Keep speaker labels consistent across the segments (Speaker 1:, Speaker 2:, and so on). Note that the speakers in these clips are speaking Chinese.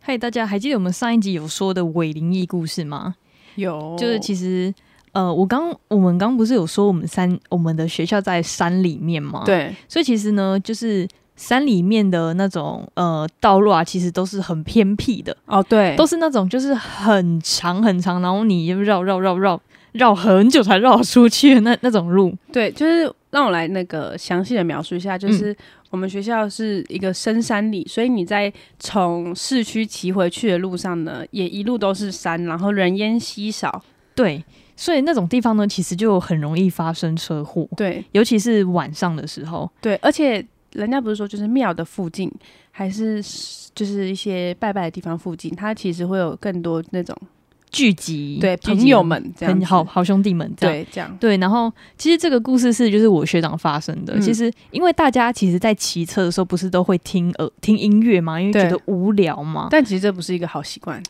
Speaker 1: 嗨，大家还记得我们上一集有说的伪灵异故事吗？
Speaker 2: 有，
Speaker 1: 就是其实，呃，我刚我们刚不是有说我们山我们的学校在山里面吗？，
Speaker 2: 对
Speaker 1: 所以其实呢，就是山里面的那种呃道路啊，其实都是很偏僻的，
Speaker 2: 哦对，
Speaker 1: 都是那种就是很长很长，然后你绕绕绕绕绕很久才绕出去的那那种路。
Speaker 2: 对，就是让我来那个详细的描述一下，
Speaker 1: 嗯
Speaker 2: 就是我们学校是一个深山里，所以你在从市区骑回去的路上呢，也一路都是山，然后人烟稀少。
Speaker 1: 对，所以那种地方呢，其实就很容易发生车祸，
Speaker 2: 对
Speaker 1: 尤其是晚上的时候。
Speaker 2: 对，而且人家不是说就是庙的附近，还是就是一些拜拜的地方附近，它其实会有更多那种
Speaker 1: 聚集
Speaker 2: 对
Speaker 1: 嗯聚集
Speaker 2: 朋友们这样
Speaker 1: 很
Speaker 2: 子
Speaker 1: 好好兄弟们这样。
Speaker 2: 对这样
Speaker 1: 对，然后其实这个故事是就是我学长发生的。
Speaker 2: 嗯
Speaker 1: 其实因为大家其实，在骑车的时候不是都会听呃听音乐嘛，因为觉
Speaker 2: 对
Speaker 1: 得无聊嘛。
Speaker 2: 但其实这不是一个好习惯，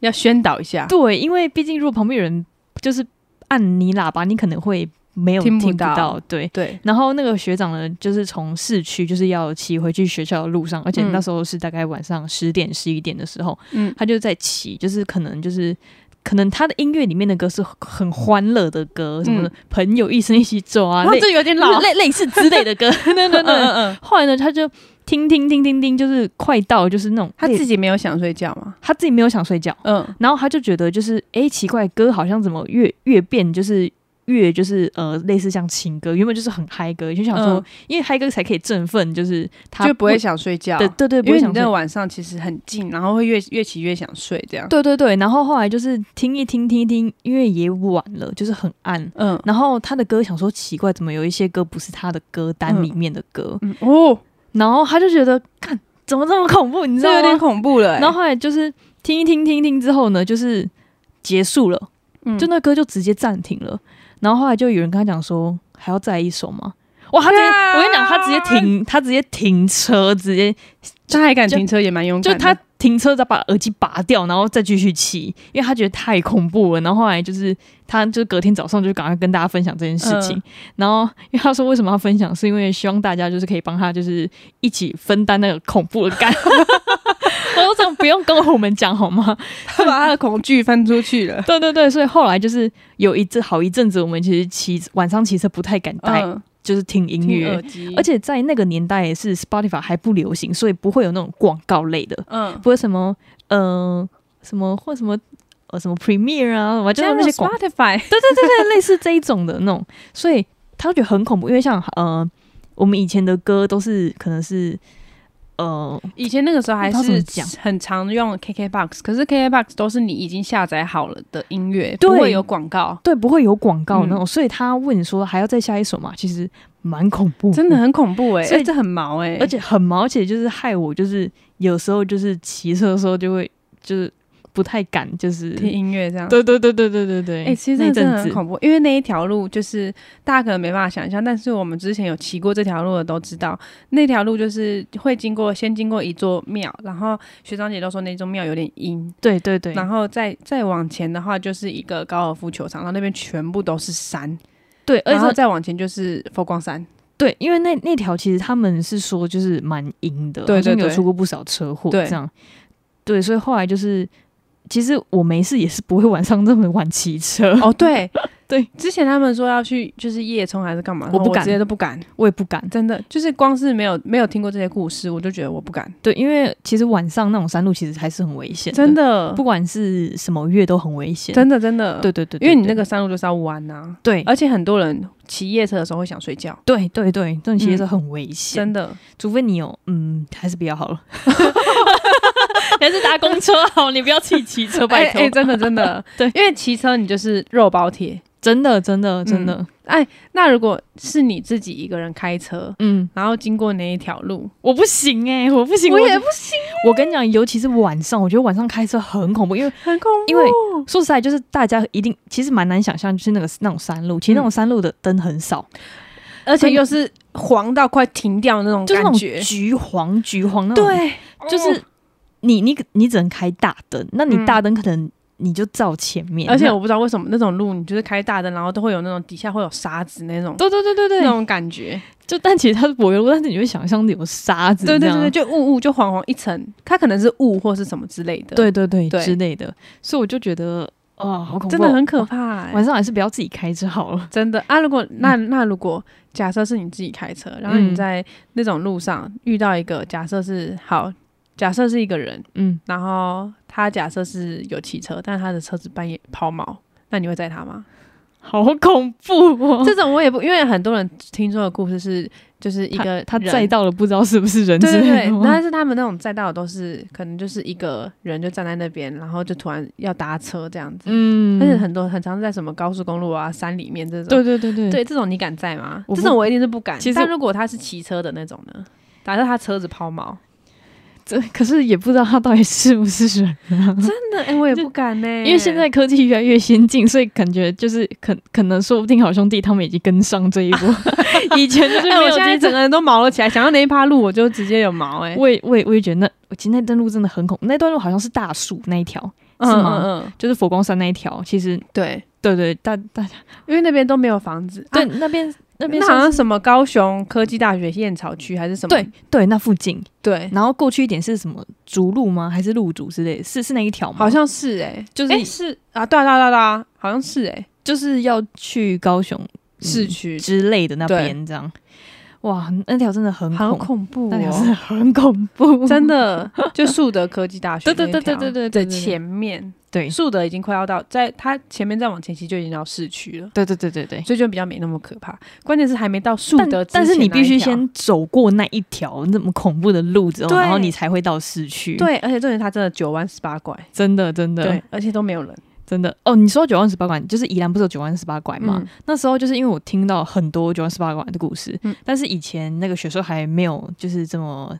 Speaker 2: 要宣导一下。
Speaker 1: 对，因为毕竟如果旁边有人就是按你喇叭，你可能会没有
Speaker 2: 听
Speaker 1: 听
Speaker 2: 不到
Speaker 1: 对。
Speaker 2: 对
Speaker 1: 然后那个学长呢，就是从市区就是要骑回去学校的路上，而且
Speaker 2: 嗯
Speaker 1: 那时候是大概晚上十点十一点的时候，
Speaker 2: 嗯
Speaker 1: 他就在骑，就是可能就是。可能他的音乐里面的歌是很欢乐的歌，什么
Speaker 2: 嗯
Speaker 1: 朋友一生一起走啊，
Speaker 2: 哇，
Speaker 1: 类
Speaker 2: 这有点老，
Speaker 1: 类类似之类的歌， 对对
Speaker 2: 嗯嗯
Speaker 1: 对。
Speaker 2: 嗯，
Speaker 1: 后来呢，他就听听听听听，就是快到就是那种
Speaker 2: 他自
Speaker 1: 己
Speaker 2: 己没有想睡觉吗？
Speaker 1: 他自己没有想睡觉，
Speaker 2: 嗯，
Speaker 1: 然后他就觉得就是哎、诶奇怪，歌好像怎么越越变就是。越就是呃，类似像情歌，原本就是很嗨歌，就想说，
Speaker 2: 嗯
Speaker 1: 因为嗨歌才可以振奋，就是他
Speaker 2: 就不会想睡觉。
Speaker 1: 对对对，不会
Speaker 2: 因为你
Speaker 1: 想
Speaker 2: 那
Speaker 1: 睡
Speaker 2: 个晚上其实很静，然后会越越骑越想睡啊这样。
Speaker 1: 对对对，然后后来就是听一听听一听，因为也晚了，就是很暗。
Speaker 2: 嗯
Speaker 1: 然后他的歌想说奇怪，怎么有一些歌不是他的歌单里面的歌？
Speaker 2: 嗯哦，
Speaker 1: 然后他就觉得，看怎么这么恐怖，你知道
Speaker 2: 这
Speaker 1: 吗？
Speaker 2: 有点恐怖了欸。
Speaker 1: 然后后来就是听一听听一听之后呢，就是结束了，
Speaker 2: 嗯
Speaker 1: 就那歌就直接暂停了。然后后来就有人跟他讲说，还要再一首吗？哇，他直接，
Speaker 2: 啊
Speaker 1: 我跟你讲，他直接停，他直接停车，直接
Speaker 2: 他还敢
Speaker 1: 就
Speaker 2: 停车也蛮勇
Speaker 1: 就
Speaker 2: 敢的。
Speaker 1: 他停车，再把耳机拔掉，然后再继续骑，因为他觉得太恐怖了。然后后来就是他，就隔天早上就赶快跟大家分享这件事情。
Speaker 2: 嗯
Speaker 1: 然后因为他说为什么要分享，是因为希望大家就是可以帮他，就是一起分担那个恐怖 的感。我说这样不用跟我们讲好吗？
Speaker 2: 他把他的恐惧翻出去了。
Speaker 1: 对对对，所以后来就是有一阵好一阵子，我们其实骑晚上骑车不太敢戴，
Speaker 2: 嗯，
Speaker 1: 就是听音
Speaker 2: 听
Speaker 1: 乐
Speaker 2: 耳。机，
Speaker 1: 而且在那个年代也是 Spotify 还不流行，所以不会有那种广告类的。
Speaker 2: 嗯，
Speaker 1: 不会什么呃什么或什么呃什么 Premiere 啊，什么就是那些广
Speaker 2: Spotify，
Speaker 1: 对对对对，类似这一种的那种，所以他会觉得很恐怖，因为像呃我们以前的歌都是可能是呃嗯
Speaker 2: 以前那个时候还
Speaker 1: 不知道怎么
Speaker 2: 是
Speaker 1: 讲
Speaker 2: 很常用 KKBox，可是 KKBox 都是你已经下载好了的音乐，
Speaker 1: 对
Speaker 2: 不会有广告，
Speaker 1: 对不会有广告那种，
Speaker 2: 嗯
Speaker 1: 所以他问你说还要再下一首嘛，其实蛮恐怖，
Speaker 2: 真的。很恐怖哎，
Speaker 1: 嗯所以
Speaker 2: 哎这很毛哎，
Speaker 1: 而且很毛，而且就是害我，就是有时候就是骑车的时候就会就是不太敢，就是
Speaker 2: 听音乐这样。
Speaker 1: 对对对对对对对。
Speaker 2: 哎、其实
Speaker 1: 那一
Speaker 2: 这个真的
Speaker 1: 阵
Speaker 2: 很
Speaker 1: 子，
Speaker 2: 恐怖，因为那一条路就是大家可能没办法想象，但是我们之前有骑过这条路的都知道，那条路就是会经过先经过一座庙，然后学长姐都说那座庙有点阴，
Speaker 1: 对对对，
Speaker 2: 然后再再往前的话就是一个高尔夫球场，然后那边全部都是山，
Speaker 1: 对，而
Speaker 2: 然后
Speaker 1: 且
Speaker 2: 再往前就是佛光山，
Speaker 1: 对，因为那那条其实他们是说就是蛮阴的，
Speaker 2: 对
Speaker 1: 好像
Speaker 2: 对
Speaker 1: 有
Speaker 2: 对
Speaker 1: 出过不少车祸，
Speaker 2: 对
Speaker 1: 这样，对，所以后来就是，其实我没事也是不会晚上这么晚骑车，
Speaker 2: 哦对
Speaker 1: 对，
Speaker 2: 之前他们说要去就是夜冲还是干嘛，
Speaker 1: 我不
Speaker 2: 我
Speaker 1: 敢
Speaker 2: 直接都 不敢，
Speaker 1: 我也不敢，
Speaker 2: 真的就是光是没有没有听过这些故事，我就觉得我不敢，
Speaker 1: 对，因为其实晚上那种山路其实还是很危险，
Speaker 2: 真，的
Speaker 1: 不管是什么月都很危险，
Speaker 2: 真的真的，
Speaker 1: 对对对对
Speaker 2: 因为你那
Speaker 1: 对
Speaker 2: 个呃山路就是要弯呐、
Speaker 1: 对。
Speaker 2: 而且很多人骑夜车的时候会想睡觉，
Speaker 1: 对对对，这种骑车
Speaker 2: 嗯
Speaker 1: 很危险，
Speaker 2: 真的。
Speaker 1: 除非你有，嗯，还是比较好 了， 还是搭公车好，你不要自己骑车，拜
Speaker 2: 哎
Speaker 1: 托，，
Speaker 2: 哎真的真 的
Speaker 1: 对
Speaker 2: 因为骑车你就是肉包铁。
Speaker 1: 真的真的真的，
Speaker 2: 哎，那如果是你自己一个人开车，
Speaker 1: 嗯，
Speaker 2: 然后经过那一条路，
Speaker 1: 我不行哎、我不行，我
Speaker 2: 不哦行，
Speaker 1: 我跟你讲，尤其是晚上，我觉得晚上开车很恐怖，因为
Speaker 2: 很恐怖。
Speaker 1: 因为说实在，就是大家一定其实蛮难想象，就是那个那种山路，其实那种山路的灯很少，
Speaker 2: 而且又是黄到快停掉那种
Speaker 1: 就是那
Speaker 2: 感
Speaker 1: 种
Speaker 2: 觉，
Speaker 1: 橘黄橘黄那种，
Speaker 2: 对，
Speaker 1: 就是你你你只能开大灯，那你大灯可能你就照前面，
Speaker 2: 嗯而且
Speaker 1: 那
Speaker 2: 我不知道为什么那种路，你就是开大灯，然后都会有那种底下会有沙子那种
Speaker 1: 对对对对
Speaker 2: 那
Speaker 1: 对，
Speaker 2: 种感觉。
Speaker 1: 就但其实它是柏油路，但是你会想象有沙子这
Speaker 2: 对
Speaker 1: 样，
Speaker 2: 对对，对就雾雾就黄黄一层，它可能是雾或是什么之类的。，
Speaker 1: 对对对
Speaker 2: 对
Speaker 1: 之类的，所以我就觉得哦，好恐怖哦，
Speaker 2: 真的很可怕、欸
Speaker 1: 晚上还是不要自己开车好了。
Speaker 2: 真的啊！如果那那如果假设是你自己开车，然后
Speaker 1: 嗯
Speaker 2: 你在那种路上遇到一个假设是好，假设是一个人，
Speaker 1: 嗯，
Speaker 2: 然后他假设是有骑车，但他的车子半夜抛锚，那你会载他吗？
Speaker 1: 好恐怖哦！
Speaker 2: 这种我也不，因为很多人听说的故事是，就是一个
Speaker 1: 他
Speaker 2: 人
Speaker 1: 载到了，不知道是不是人之
Speaker 2: 对对
Speaker 1: 类
Speaker 2: 对
Speaker 1: 的吗，
Speaker 2: 但是他们那种载到的都是可能就是一个人就站在那边，然后就突然要搭车这样子，
Speaker 1: 嗯，
Speaker 2: 但是很多很常在什么高速公路啊、山里面这种，
Speaker 1: 对对对对
Speaker 2: 对，这种你敢载吗？
Speaker 1: 我不
Speaker 2: 这种我一定是不敢。
Speaker 1: 其实
Speaker 2: 但如果他是骑车的那种呢？打到他车子抛锚，
Speaker 1: 这可是也不知道他到底是不是人，
Speaker 2: 真的哎、我也不敢呢、
Speaker 1: 因为现在科技越来越先进，所以感觉就是可可能说不定好兄弟他们已经跟上这一 波， 以前就是没
Speaker 2: 哎、我
Speaker 1: 有
Speaker 2: 现在
Speaker 1: 这
Speaker 2: 整
Speaker 1: 种。
Speaker 2: 个人都毛了起来，想到那一趴路我就直接有毛哎、
Speaker 1: 我也我也我也觉得那，我其实那段路真的很恐，那段路好像是大树那一条，
Speaker 2: 嗯
Speaker 1: 是
Speaker 2: 嗯
Speaker 1: 吗
Speaker 2: 嗯，
Speaker 1: 就是佛光山那一条。其实
Speaker 2: 对，
Speaker 1: 对对，大大家
Speaker 2: 因为那边都没有房子，
Speaker 1: 对、
Speaker 2: 啊
Speaker 1: 那边那边
Speaker 2: 那好
Speaker 1: 算
Speaker 2: 像
Speaker 1: 是
Speaker 2: 什么高雄科技大学燕巢区还是什么，
Speaker 1: 对对那附近，
Speaker 2: 对，
Speaker 1: 然后过去一点是什么竹路吗？还是路竹之类的？是是那一条吗？
Speaker 2: 好像是哎、
Speaker 1: 就是
Speaker 2: 哎、是啊，对啊对啊对啊对啊，好像是哎、
Speaker 1: 就是要去高雄嗯
Speaker 2: 市区
Speaker 1: 之类的那
Speaker 2: 对
Speaker 1: 边这样。哇，那条真的很
Speaker 2: 好
Speaker 1: 恐
Speaker 2: 恐怖、
Speaker 1: 那条
Speaker 2: 哦
Speaker 1: 真的很恐怖，
Speaker 2: 真 的，就树德科技大学
Speaker 1: 对对对
Speaker 2: 那条
Speaker 1: 对对对对
Speaker 2: 的
Speaker 1: 对对
Speaker 2: 前面，
Speaker 1: 对
Speaker 2: 树德已经快要到，在它前面再往前骑就已经到市区了，
Speaker 1: 对对对对对。
Speaker 2: 所以就比较没那么可怕。关键是还没到树
Speaker 1: 但
Speaker 2: 德之前
Speaker 1: 但是你
Speaker 2: 那一
Speaker 1: 必须
Speaker 2: 条
Speaker 1: 先走过那一条那么恐怖的路之后，
Speaker 2: 对
Speaker 1: 然后你才会到市区。，
Speaker 2: 对，而且重点它真的九弯十八拐，
Speaker 1: 真的真的
Speaker 2: 嗯对，而且都没有人
Speaker 1: 真的哦！你说到九万十八拐，就是宜兰不是有九万十八拐吗？
Speaker 2: 嗯
Speaker 1: 那时候就是因为我听到很多九万十八拐的故事，
Speaker 2: 嗯
Speaker 1: 但是以前那个学说还没有就是这么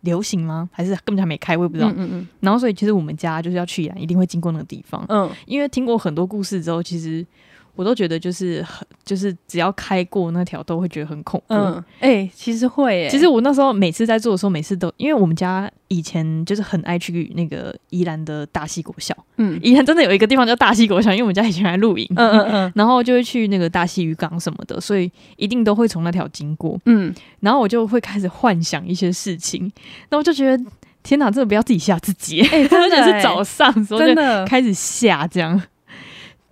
Speaker 1: 流行吗？还是根本就还没开，我也不知道。
Speaker 2: 嗯嗯
Speaker 1: 然后所以其实我们家就是要去宜兰，一定会经过那个地方。
Speaker 2: 嗯
Speaker 1: 因为听过很多故事之后，其实我都觉得就是很就是只要开过那条都会觉得很恐怖。
Speaker 2: 嗯，哎，其实会耶，
Speaker 1: 其实我那时候每次在做的时候，每次都因为我们家以前就是很爱去那个宜兰的大溪国小，
Speaker 2: 嗯
Speaker 1: 宜兰真的有一个地方叫大溪国小，因为我们家以前来露营，
Speaker 2: 嗯嗯嗯
Speaker 1: 然后就会去那个大溪渔港什么的，所以一定都会从那条经过。
Speaker 2: 嗯，
Speaker 1: 然后我就会开始幻想一些事情，那我就觉得天哪，真的不要自己吓自 己，
Speaker 2: 哎，
Speaker 1: 而
Speaker 2: 真的
Speaker 1: 且是
Speaker 2: 耶
Speaker 1: 早上的时候就
Speaker 2: 真的
Speaker 1: 开始吓这样。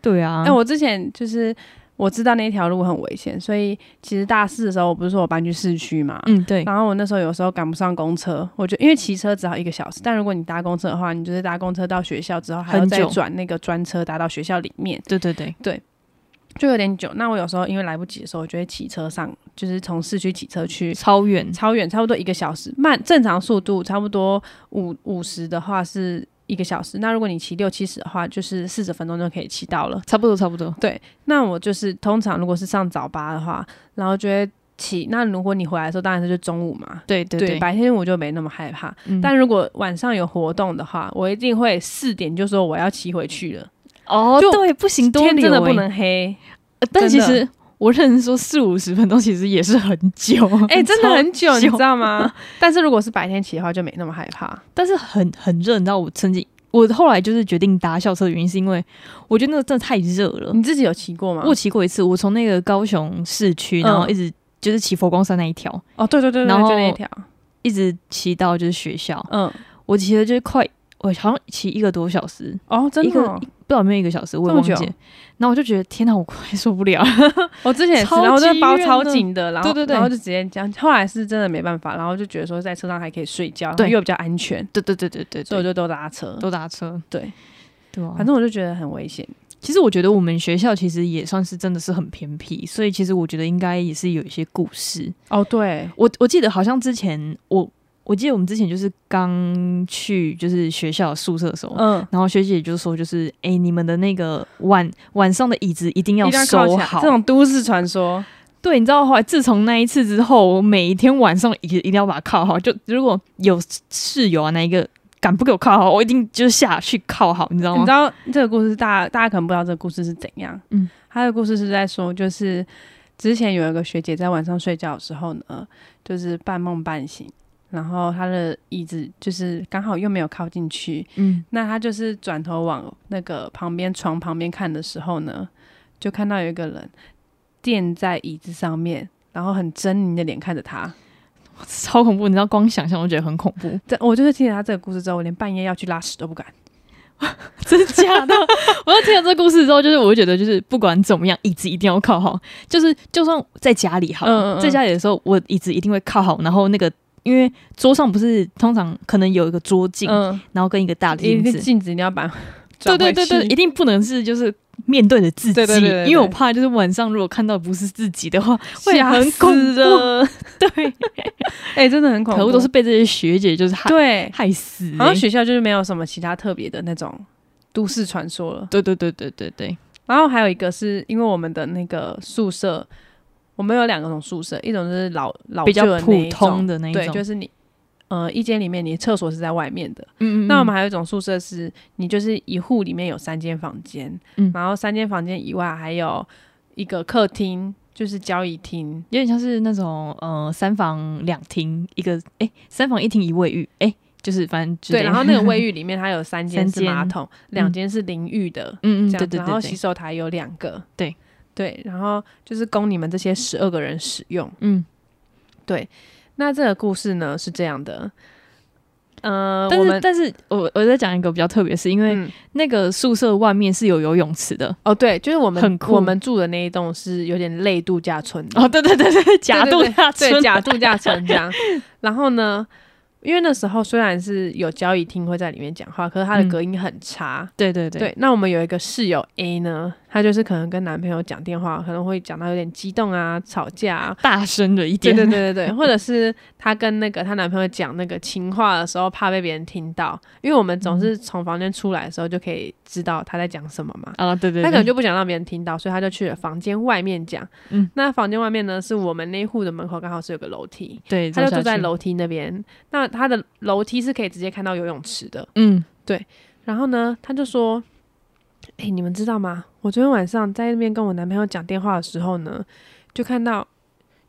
Speaker 1: 对啊，
Speaker 2: 哎、我之前就是我知道那一条路很危险，所以其实大四的时候，我不是说我搬去市区嘛。
Speaker 1: 嗯对，
Speaker 2: 然后我那时候有时候赶不上公车，我就因为骑车只要一个小时，但如果你搭公车的话，你就是搭公车到学校之后，还要
Speaker 1: 很
Speaker 2: 再
Speaker 1: 久
Speaker 2: 转那个专车搭到学校里面，
Speaker 1: 对对对，
Speaker 2: 就有点久。那我有时候因为来不及的时候，我就会骑车上，就是从市区骑车去
Speaker 1: 超远，
Speaker 2: 超远，差不多一个小时，慢正常速度差不多五五十的话是一个小时，那如果你骑六七十的话，就是四十分钟就可以骑到了。
Speaker 1: 差不多差不多。
Speaker 2: 那我就是通常如果是上早八的话，然后就会起。那如果你回来的时候，当然是就中午嘛。
Speaker 1: 对对对，
Speaker 2: 白天我就没那么害怕，
Speaker 1: 嗯
Speaker 2: 但如果晚上有活动的话，我一定会四点就说我要骑回去了。
Speaker 1: 哦
Speaker 2: 就
Speaker 1: 对，不行，多
Speaker 2: 天真的
Speaker 1: 留
Speaker 2: 不
Speaker 1: 欸
Speaker 2: 能黑，
Speaker 1: 呃但
Speaker 2: 真
Speaker 1: 其
Speaker 2: 的
Speaker 1: 实我认真说，四五十分钟其实也是很久，
Speaker 2: 哎、真的
Speaker 1: 超
Speaker 2: 很久，你知道吗？ 但是如果是白天骑的话，就没那么害怕。
Speaker 1: 但是很很热。你知道，我曾经我后来就是决定搭校车的原因，是因为我觉得那个真的太热了。
Speaker 2: 你自己有骑过吗？
Speaker 1: 我骑过一次，我从那个高雄市区，然后
Speaker 2: 嗯
Speaker 1: 一直就是骑佛光山那一条，
Speaker 2: 哦，对对对对，
Speaker 1: 然
Speaker 2: 就
Speaker 1: 后
Speaker 2: 那一条，
Speaker 1: 一直骑到就是学校。
Speaker 2: 嗯，
Speaker 1: 我骑了就是快，我好像骑一个多小时，
Speaker 2: 哦，真
Speaker 1: 一
Speaker 2: 的
Speaker 1: 个
Speaker 2: 哦、
Speaker 1: 不知道有没有一个小时，我也
Speaker 2: 这么
Speaker 1: 忘记
Speaker 2: 久
Speaker 1: 了。然后我就觉得天哪，我快受不了了。
Speaker 2: 我之前也是，
Speaker 1: 超
Speaker 2: 然后就
Speaker 1: 级
Speaker 2: 包
Speaker 1: 远
Speaker 2: 超
Speaker 1: 的
Speaker 2: 紧的，然后
Speaker 1: 对对对
Speaker 2: 然后就直接这样。后来是真的没办法，然后就觉得说在车上还可以睡觉，然后
Speaker 1: 对
Speaker 2: 又比较安全。
Speaker 1: 对对对对对
Speaker 2: 所以我
Speaker 1: 对，
Speaker 2: 就都搭车。
Speaker 1: 都打车。
Speaker 2: 对，
Speaker 1: 对啊，
Speaker 2: 反正我就觉得很危险。
Speaker 1: 其实我觉得我们学校其实也算是真的是很偏僻，所以其实我觉得应该也是有一些故事。
Speaker 2: 哦，对，
Speaker 1: 我我记得好像之前我我记得我们之前就是刚去就是学校宿舍的时候。
Speaker 2: 嗯，
Speaker 1: 然后学姐就说，就是哎、你们的那个晚晚上的椅子一定要
Speaker 2: 一定要靠
Speaker 1: 收
Speaker 2: 起来
Speaker 1: 好
Speaker 2: 这。种都市传说，
Speaker 1: 对，你知道后来自从那一次之后，我每一天晚上椅子一定要把它靠好。就如果有室友啊，哪一个敢不给我靠好，我一定就下去靠好，你知道
Speaker 2: 你
Speaker 1: 吗
Speaker 2: 知？道这个故事大，家大家可能不知道这个故事是怎样。
Speaker 1: 嗯，
Speaker 2: 他的故事是在说，就是之前有一个学姐在晚上睡觉的时候呢，就是半梦半醒，然后他的椅子就是刚好又没有靠进去，
Speaker 1: 嗯，
Speaker 2: 那他就是转头往那个旁边床旁边看的时候呢，就看到有一个人垫在椅子上面，然后很狰狞的脸看着他。
Speaker 1: 超恐怖，你知道，光想象我就觉得很恐怖，
Speaker 2: 这我就是听了他这个故事之后，我连半夜要去拉屎都不敢。
Speaker 1: 真假的？我就听了这故事之后，就是我会觉得，就是不管怎么样，椅子一定要靠好。就是就算在家里好，
Speaker 2: 嗯嗯嗯
Speaker 1: 在家里的时候，我椅子一定会靠好。然后那个，因为桌上不是通常可能有一个桌镜，
Speaker 2: 嗯，
Speaker 1: 然后跟一个大的
Speaker 2: 一
Speaker 1: 镜
Speaker 2: 定
Speaker 1: 子，
Speaker 2: 镜子一定要 把
Speaker 1: 对
Speaker 2: 转
Speaker 1: 对
Speaker 2: 回
Speaker 1: 对对，
Speaker 2: 去
Speaker 1: 一定不能是就是面对着自己，
Speaker 2: 对对对对对
Speaker 1: 因为我怕就是晚上如果看到不是自己的 话，会
Speaker 2: 吓
Speaker 1: 很恐
Speaker 2: 死了。
Speaker 1: 对，
Speaker 2: 哎，真的很恐
Speaker 1: 可
Speaker 2: 怖，
Speaker 1: 恶，都是被这些学姐就是害
Speaker 2: 对，
Speaker 1: 害死、
Speaker 2: 好像
Speaker 1: 欸。
Speaker 2: 学校就是没有什么其他特别的那种都市传说了。
Speaker 1: 对对对对对对，
Speaker 2: 然后还有一个是因为我们的那个宿舍，我们有两种宿舍，一种就是老老
Speaker 1: 比较
Speaker 2: 旧的那
Speaker 1: 普
Speaker 2: 一种
Speaker 1: 通的那一种，
Speaker 2: 对，就是你呃一间里面你厕所是在外面的，
Speaker 1: 嗯嗯嗯，
Speaker 2: 那我们还有一种宿舍是你就是一户里面有三间房间，
Speaker 1: 嗯
Speaker 2: 然后三间房间以外还有一个客厅，就是交易厅，
Speaker 1: 有点像是那种呃三房两厅一个，哎、三房一厅一卫浴，哎、就是反正
Speaker 2: 对，然后那个卫
Speaker 1: 浴，
Speaker 2: 浴里面它有三间
Speaker 1: 三
Speaker 2: 是马
Speaker 1: 间
Speaker 2: 桶，两间是淋浴的，
Speaker 1: 嗯嗯，
Speaker 2: 这
Speaker 1: 对
Speaker 2: 样
Speaker 1: 对
Speaker 2: 子，然后
Speaker 1: 对
Speaker 2: 洗
Speaker 1: 对，
Speaker 2: 手台有两个，
Speaker 1: 对
Speaker 2: 对，然后就是供你们这些十二个人使用。
Speaker 1: 嗯，
Speaker 2: 那这个故事呢是这样的，呃，
Speaker 1: 但
Speaker 2: 我
Speaker 1: 是
Speaker 2: 们
Speaker 1: 但是我我再讲一个比较特别的事，因为
Speaker 2: 嗯
Speaker 1: 那个宿舍外面是有游泳池的，
Speaker 2: 哦对，就是我们
Speaker 1: 很酷
Speaker 2: 我们住的那一栋是有点类度假村的，
Speaker 1: 哦，对对对对，假度假村，
Speaker 2: 对，假度假村这样。然后呢，因为那时候虽然是有交易厅会在里面讲话，可是它的
Speaker 1: 嗯
Speaker 2: 隔音很差。
Speaker 1: 对对对，
Speaker 2: 对，那我们有一个室友 A 呢，她就是可能跟男朋友讲电话，可能会讲到有点激动啊、吵 架啊，
Speaker 1: 大声了一
Speaker 2: 对
Speaker 1: 点，
Speaker 2: 对对对对，或者是她跟那个她男朋友讲那个情话的时候，怕被别人听到，因为我们总
Speaker 1: 嗯
Speaker 2: 是从房间出来的时候就可以知道她在讲什么嘛。
Speaker 1: 啊，对对，
Speaker 2: 她可
Speaker 1: 对
Speaker 2: 能就不想让别人听到，所以她就去了房间外面讲。
Speaker 1: 嗯，
Speaker 2: 那房间外面呢，是我们那户的门口刚好是有个楼梯，
Speaker 1: 对，
Speaker 2: 她就
Speaker 1: 走
Speaker 2: 住
Speaker 1: 下
Speaker 2: 在
Speaker 1: 去，
Speaker 2: 楼梯那边。那她的楼梯是可以直接看到游泳池的。
Speaker 1: 嗯，
Speaker 2: 然后呢，她就说：“哎、你们知道吗？我昨天晚上在那边跟我男朋友讲电话的时候呢，就看到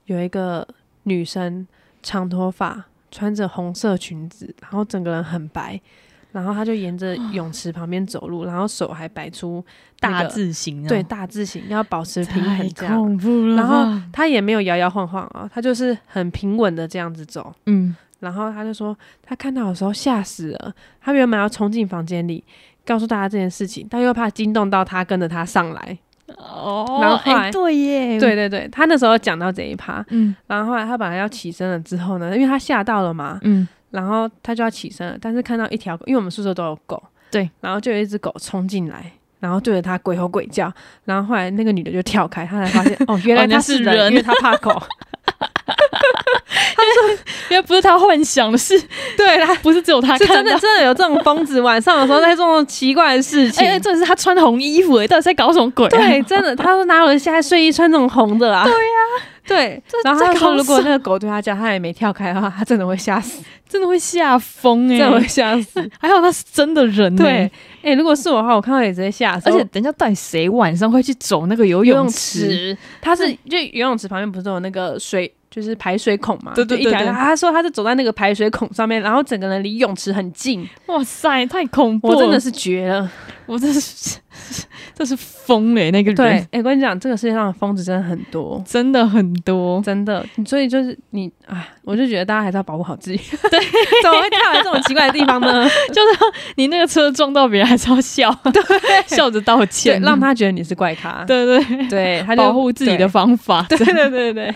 Speaker 2: 有一个女生，长头发，穿着红色裙子，然后整个人很白，然后她就沿着泳池旁边走路，然后手还摆出那
Speaker 1: 啊大
Speaker 2: 个
Speaker 1: 字型啊，
Speaker 2: 对大字形，要保持平衡这
Speaker 1: 太
Speaker 2: 样。
Speaker 1: 恐怖了吧，
Speaker 2: 然后她也没有摇摇晃晃啊，她就是很平稳的这样子走。
Speaker 1: 嗯，
Speaker 2: 然后他就说，他看到的时候吓死了。他原本要冲进房间里，告诉大家这件事情，但又怕惊动到他，跟着他上来。
Speaker 1: 哦，
Speaker 2: 然后后
Speaker 1: 哎
Speaker 2: 来
Speaker 1: 对耶，
Speaker 2: 对，对对，他那时候讲到这一趴，
Speaker 1: 嗯
Speaker 2: 然后后来他本来要起身了之后呢，因为他吓到了嘛，
Speaker 1: 嗯，
Speaker 2: 然后他就要起身了，但是看到一条，因为我们宿舍都有狗，
Speaker 1: 对，
Speaker 2: 然后就有一只狗冲进来。然后对着他鬼吼鬼叫，然后后来那个女的就跳开，他才发 现哦，原来
Speaker 1: 哦那
Speaker 2: 他
Speaker 1: 是
Speaker 2: 是人，
Speaker 1: 人
Speaker 2: 因为他 怕狗。
Speaker 1: 因为不是他幻想的是，
Speaker 2: 对啦，
Speaker 1: 不是只有他
Speaker 2: 是
Speaker 1: 看
Speaker 2: 真
Speaker 1: 到
Speaker 2: 的。真的有这种疯子，晚上的时候在做这种奇怪的事情。
Speaker 1: 哎、哎，重点是他穿红衣服、哎，到底在搞什么鬼、啊？
Speaker 2: 对，真的，他说哪有人现在睡衣穿这种红的啊？对呀、 对。然后他
Speaker 1: 这
Speaker 2: 说，
Speaker 1: 搞
Speaker 2: 如果
Speaker 1: 什
Speaker 2: 那个狗对他叫，他也没跳开的话，他真的会吓死，
Speaker 1: 真的会吓疯哎！
Speaker 2: 真的会吓死。
Speaker 1: 还好他是真的人、欸，
Speaker 2: 对，哎、如果是我的话，我看到也直接吓死。哦
Speaker 1: 而且等一下到底谁晚上会去走那个游
Speaker 2: 游泳
Speaker 1: 池？
Speaker 2: 池，他是就游泳池旁边不是有那个水，就是排水孔嘛？
Speaker 1: 对对
Speaker 2: 就
Speaker 1: 对
Speaker 2: 一条
Speaker 1: 对
Speaker 2: 一条他说他是走在那个排水孔上面，然后整个人离泳池很近，
Speaker 1: 哇塞，太恐怖了！
Speaker 2: 我真的是绝了。
Speaker 1: 我真是， 这是疯了、欸、那个
Speaker 2: 对，
Speaker 1: 人
Speaker 2: 哎、我跟你讲，这个世界上的疯子真的很多。
Speaker 1: 真的很多。
Speaker 2: 真的，所以就是你，哎，我就觉得大家还是要保护好自己。对， 怎么会跳来这种奇怪的地方呢？
Speaker 1: 你那个车撞到别人还是要 笑，笑着道
Speaker 2: 对，
Speaker 1: 歉，
Speaker 2: 让他觉得你是怪咖。
Speaker 1: 对对对
Speaker 2: 对，他就
Speaker 1: 保护自己的。方法，
Speaker 2: 对对 对对对，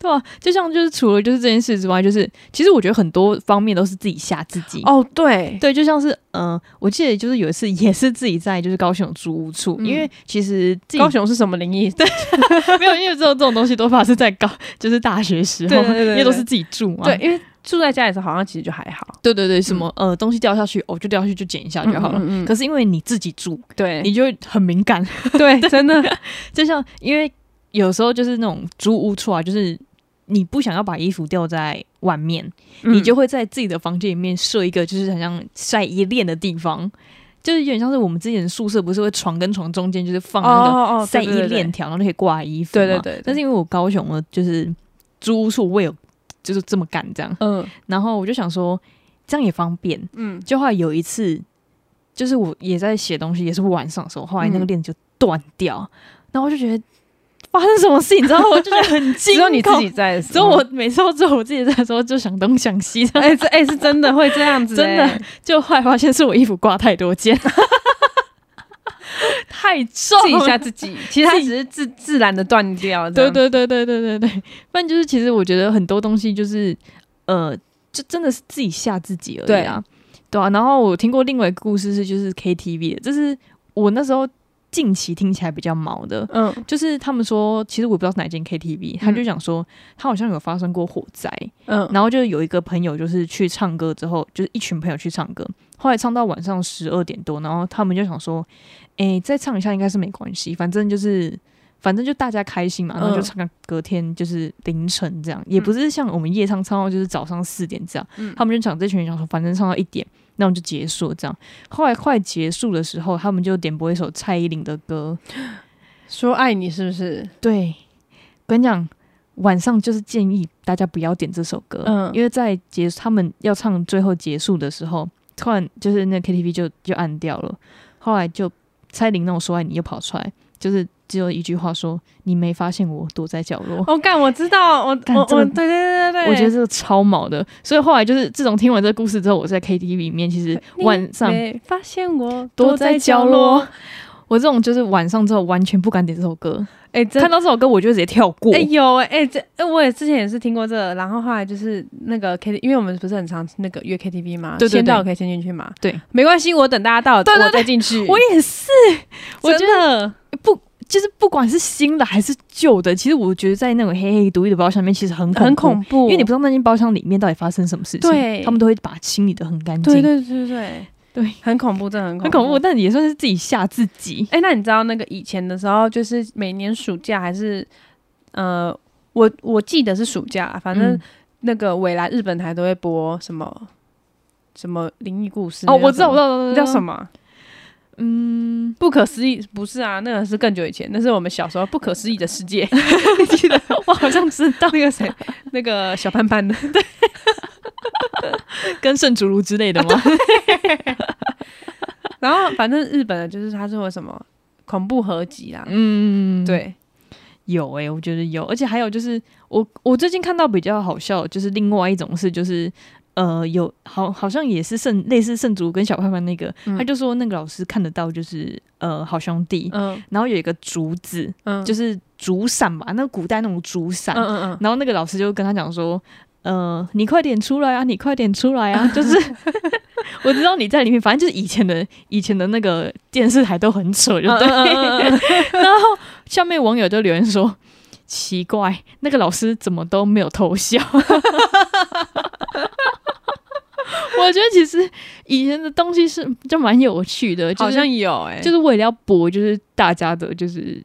Speaker 1: 对啊，就像就是除了就是这件事之外，就是其实我觉得很多方面都是自己吓自己。
Speaker 2: 哦对，
Speaker 1: 对，就像是嗯、呃我记得就是有一次也是自己在就是高雄租屋处，
Speaker 2: 嗯
Speaker 1: 因为其实自己
Speaker 2: 高雄是什么灵异？对
Speaker 1: 没有，因为这种这种东西都发生在高就是大学时候，
Speaker 2: 对对对对
Speaker 1: 因为都是自己住嘛。
Speaker 2: 对，因为住在家里的时候好像其实就还好，
Speaker 1: 对对对，什么、呃东西掉下去，哦就掉下去就捡一下就好了。
Speaker 2: 嗯嗯嗯
Speaker 1: 可是因为你自己住，
Speaker 2: 对
Speaker 1: 你就会很敏感，
Speaker 2: 对，真 的，
Speaker 1: 就像因为有时候就是那种租屋处啊，就是你不想要把衣服掉在外面，你
Speaker 2: 嗯
Speaker 1: 就会在自己的房间里面设一个就是很像晒衣链的地方，就是有点像是我们之前宿舍不是会床跟床中间就是放那
Speaker 2: 哦
Speaker 1: 个
Speaker 2: 哦
Speaker 1: 晒衣链
Speaker 2: 链，
Speaker 1: 条，然后就可以挂衣服嘛。
Speaker 2: 对对对对
Speaker 1: 但是因为我高雄的就是租屋处，我有就是这么干这样。
Speaker 2: 嗯
Speaker 1: 然后我就想说，这样也方便。
Speaker 2: 嗯，
Speaker 1: 就后来有一次，就是我也在写东西，也是晚上的时候，后来那个
Speaker 2: 嗯
Speaker 1: 链子就断掉，然后我就觉得发生什么事，你知道吗？我就觉得很惊
Speaker 2: 只
Speaker 1: 恐。
Speaker 2: 有你自己，嗯在的时
Speaker 1: 只有
Speaker 2: 候，
Speaker 1: 我每次都只有我自己在的时候，就想东想西的，
Speaker 2: 哎、这哎、是 真的会这样子、
Speaker 1: 真的
Speaker 2: 哎
Speaker 1: 就后来发现是我衣服挂太多件， 太重
Speaker 2: 自己
Speaker 1: 了
Speaker 2: 吓自己，其实它
Speaker 1: 自
Speaker 2: 只
Speaker 1: 己
Speaker 2: 是自自然的断掉。这
Speaker 1: 对
Speaker 2: 样，
Speaker 1: 对对对对对对，反正就是其实我觉得很多东西就是呃，就真的是自己吓自己而已啊，对啊。然后我听过另外一个故事是就是 KTV 的，这是我那时候近期听起来比较毛的，
Speaker 2: 嗯
Speaker 1: 就是他们说其实我不知道是哪间 KTV，他就讲说他好像有发生过火灾，
Speaker 2: 嗯
Speaker 1: 然后就有一个朋友就是去唱歌之后，就是一群朋友去唱歌，后来唱到晚上十二点多，然后他们就想说，诶，再唱一下应该是没关系，反正就是反正就大家开心嘛，然后就
Speaker 2: 嗯
Speaker 1: 唱到隔天就是凌晨这样，也不是像我们夜唱唱到就是早上四点这样，
Speaker 2: 嗯
Speaker 1: 他们就讲这群人想说，反正唱到一点，那我们就结束这样。后来快结束的时候，他们就点播一首蔡依林的歌，
Speaker 2: 说爱你是不是？
Speaker 1: 对，跟你讲，晚上就是建议大家不要点这首歌，
Speaker 2: 嗯
Speaker 1: 因为在结他们要唱最后结束的时候，突然就是那 KTV 就就按掉了，后来就蔡依林那种说爱哎你又跑出来，就是只有一句话说你没发现我躲在角落。
Speaker 2: 我、干，我知道，我
Speaker 1: 干
Speaker 2: 我
Speaker 1: 这个
Speaker 2: 我，对对对对哦对，
Speaker 1: 我觉得这个超毛的，所以后来就是自从听完这个故事之后，我在 KTV 里面其实
Speaker 2: 你
Speaker 1: 晚上
Speaker 2: 没发现我
Speaker 1: 躲
Speaker 2: 躲
Speaker 1: 在
Speaker 2: 在
Speaker 1: 角
Speaker 2: 角
Speaker 1: 落
Speaker 2: 落。。
Speaker 1: 我这种就是晚上之后完全不敢点这首歌，
Speaker 2: 哎、真
Speaker 1: 看到这首歌我就直接跳过。
Speaker 2: 哎、有哎、哎这哎、我也之前也是听过这个然后后来就是那个 K，T，因为我们不是很常那个约 KTV 嘛，
Speaker 1: 对对
Speaker 2: 先
Speaker 1: 对
Speaker 2: 到可以先进去嘛，
Speaker 1: 对，
Speaker 2: 没关系，我等大家到了
Speaker 1: 对对
Speaker 2: 我再进去，
Speaker 1: 我也是，我觉
Speaker 2: 真的
Speaker 1: 不，就是不管是新的还是旧的，其实我觉得在那种黑黑独立的包厢里面，其实很恐
Speaker 2: 很
Speaker 1: 怖，
Speaker 2: 恐怖，
Speaker 1: 因为你不知道那间包厢里面到底发生什么事情，
Speaker 2: 对
Speaker 1: 他们都会把它清理的很干净，
Speaker 2: 对哦对对对对
Speaker 1: 对
Speaker 2: 很恐怖，真的很恐
Speaker 1: 很恐怖，。但也算是自己吓自己。
Speaker 2: 哎、那你知道那个以前的时候，就是每年暑假还是呃，我我记得是暑假，反正
Speaker 1: 嗯
Speaker 2: 那个未来日本台都会播什么什么灵异故事
Speaker 1: 哦，我知道，我知
Speaker 2: 道，
Speaker 1: 道，我
Speaker 2: 那
Speaker 1: 知道
Speaker 2: 叫什
Speaker 1: 么？
Speaker 2: 么？
Speaker 1: 嗯，
Speaker 2: 不可思议，不是啊，那个是更久以前，那是我们小时候不可思议的世 界。
Speaker 1: 记得 我好像知道
Speaker 2: 那个谁，那个小潘潘的，
Speaker 1: 跟圣竹炉之类的 吗？
Speaker 2: 然后反正日本的就是他是会什么恐怖合集啦，
Speaker 1: 嗯，
Speaker 2: 对，
Speaker 1: 有诶、我觉得有，而且还有就是，我我最近看到比较好笑，就是另外一种是，就是呃，有好好像也是圣类似圣主跟小胖胖那个，
Speaker 2: 嗯
Speaker 1: 他就说那个老师看得到，就是呃好兄弟，
Speaker 2: 嗯
Speaker 1: 然后有一个竹子，
Speaker 2: 嗯，
Speaker 1: 就是竹伞吧，那古代那种竹伞，
Speaker 2: 嗯嗯
Speaker 1: 然后那个老师就跟他讲说。呃，你快点出来啊！你快点出来啊！就是 我知道你在里面，反正就是以前的以前的那个电视台都很扯，就
Speaker 2: 嗯，
Speaker 1: 对。
Speaker 2: 嗯
Speaker 1: 然后下面网友就留言说：“奇怪，那个老师怎么都没有偷笑？” 我觉得其实以前的东西是就蛮有趣的，就是、
Speaker 2: 好像有哎，
Speaker 1: 就是为了要博就是大家的就是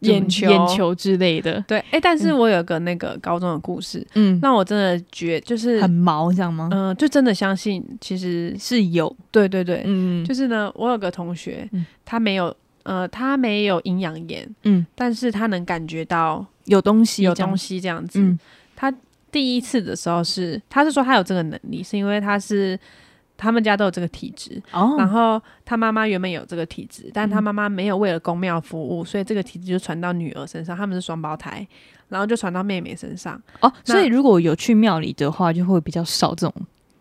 Speaker 2: 眼球
Speaker 1: 眼球之类的，
Speaker 2: 对，哎，但是我有个那个高中的故事，
Speaker 1: 嗯，
Speaker 2: 让我真的觉就是
Speaker 1: 很，毛，你知道吗？
Speaker 2: 嗯，就真的相信，其实
Speaker 1: 是有，
Speaker 2: 对对对，
Speaker 1: 嗯，
Speaker 2: 就是呢，我有个同学
Speaker 1: 嗯，
Speaker 2: 他没有呃，他没有阴阳眼，
Speaker 1: 嗯，
Speaker 2: 但是他能感觉到
Speaker 1: 有东西，
Speaker 2: 有东
Speaker 1: 西，
Speaker 2: 西这样子，
Speaker 1: 嗯
Speaker 2: 第一次的时候是，他是说他有这个能力，是因为他是他们家都有这个体质，然
Speaker 1: 哦，嗯
Speaker 2: 后他妈妈原本有这个体质，但他妈妈没有为了公庙服务，所以这个体质就传到女儿身上，他们是双胞胎，然后就传到妹妹身上。
Speaker 1: 哦，
Speaker 2: 那
Speaker 1: 所以如果有去庙里的话，就会比较少这种，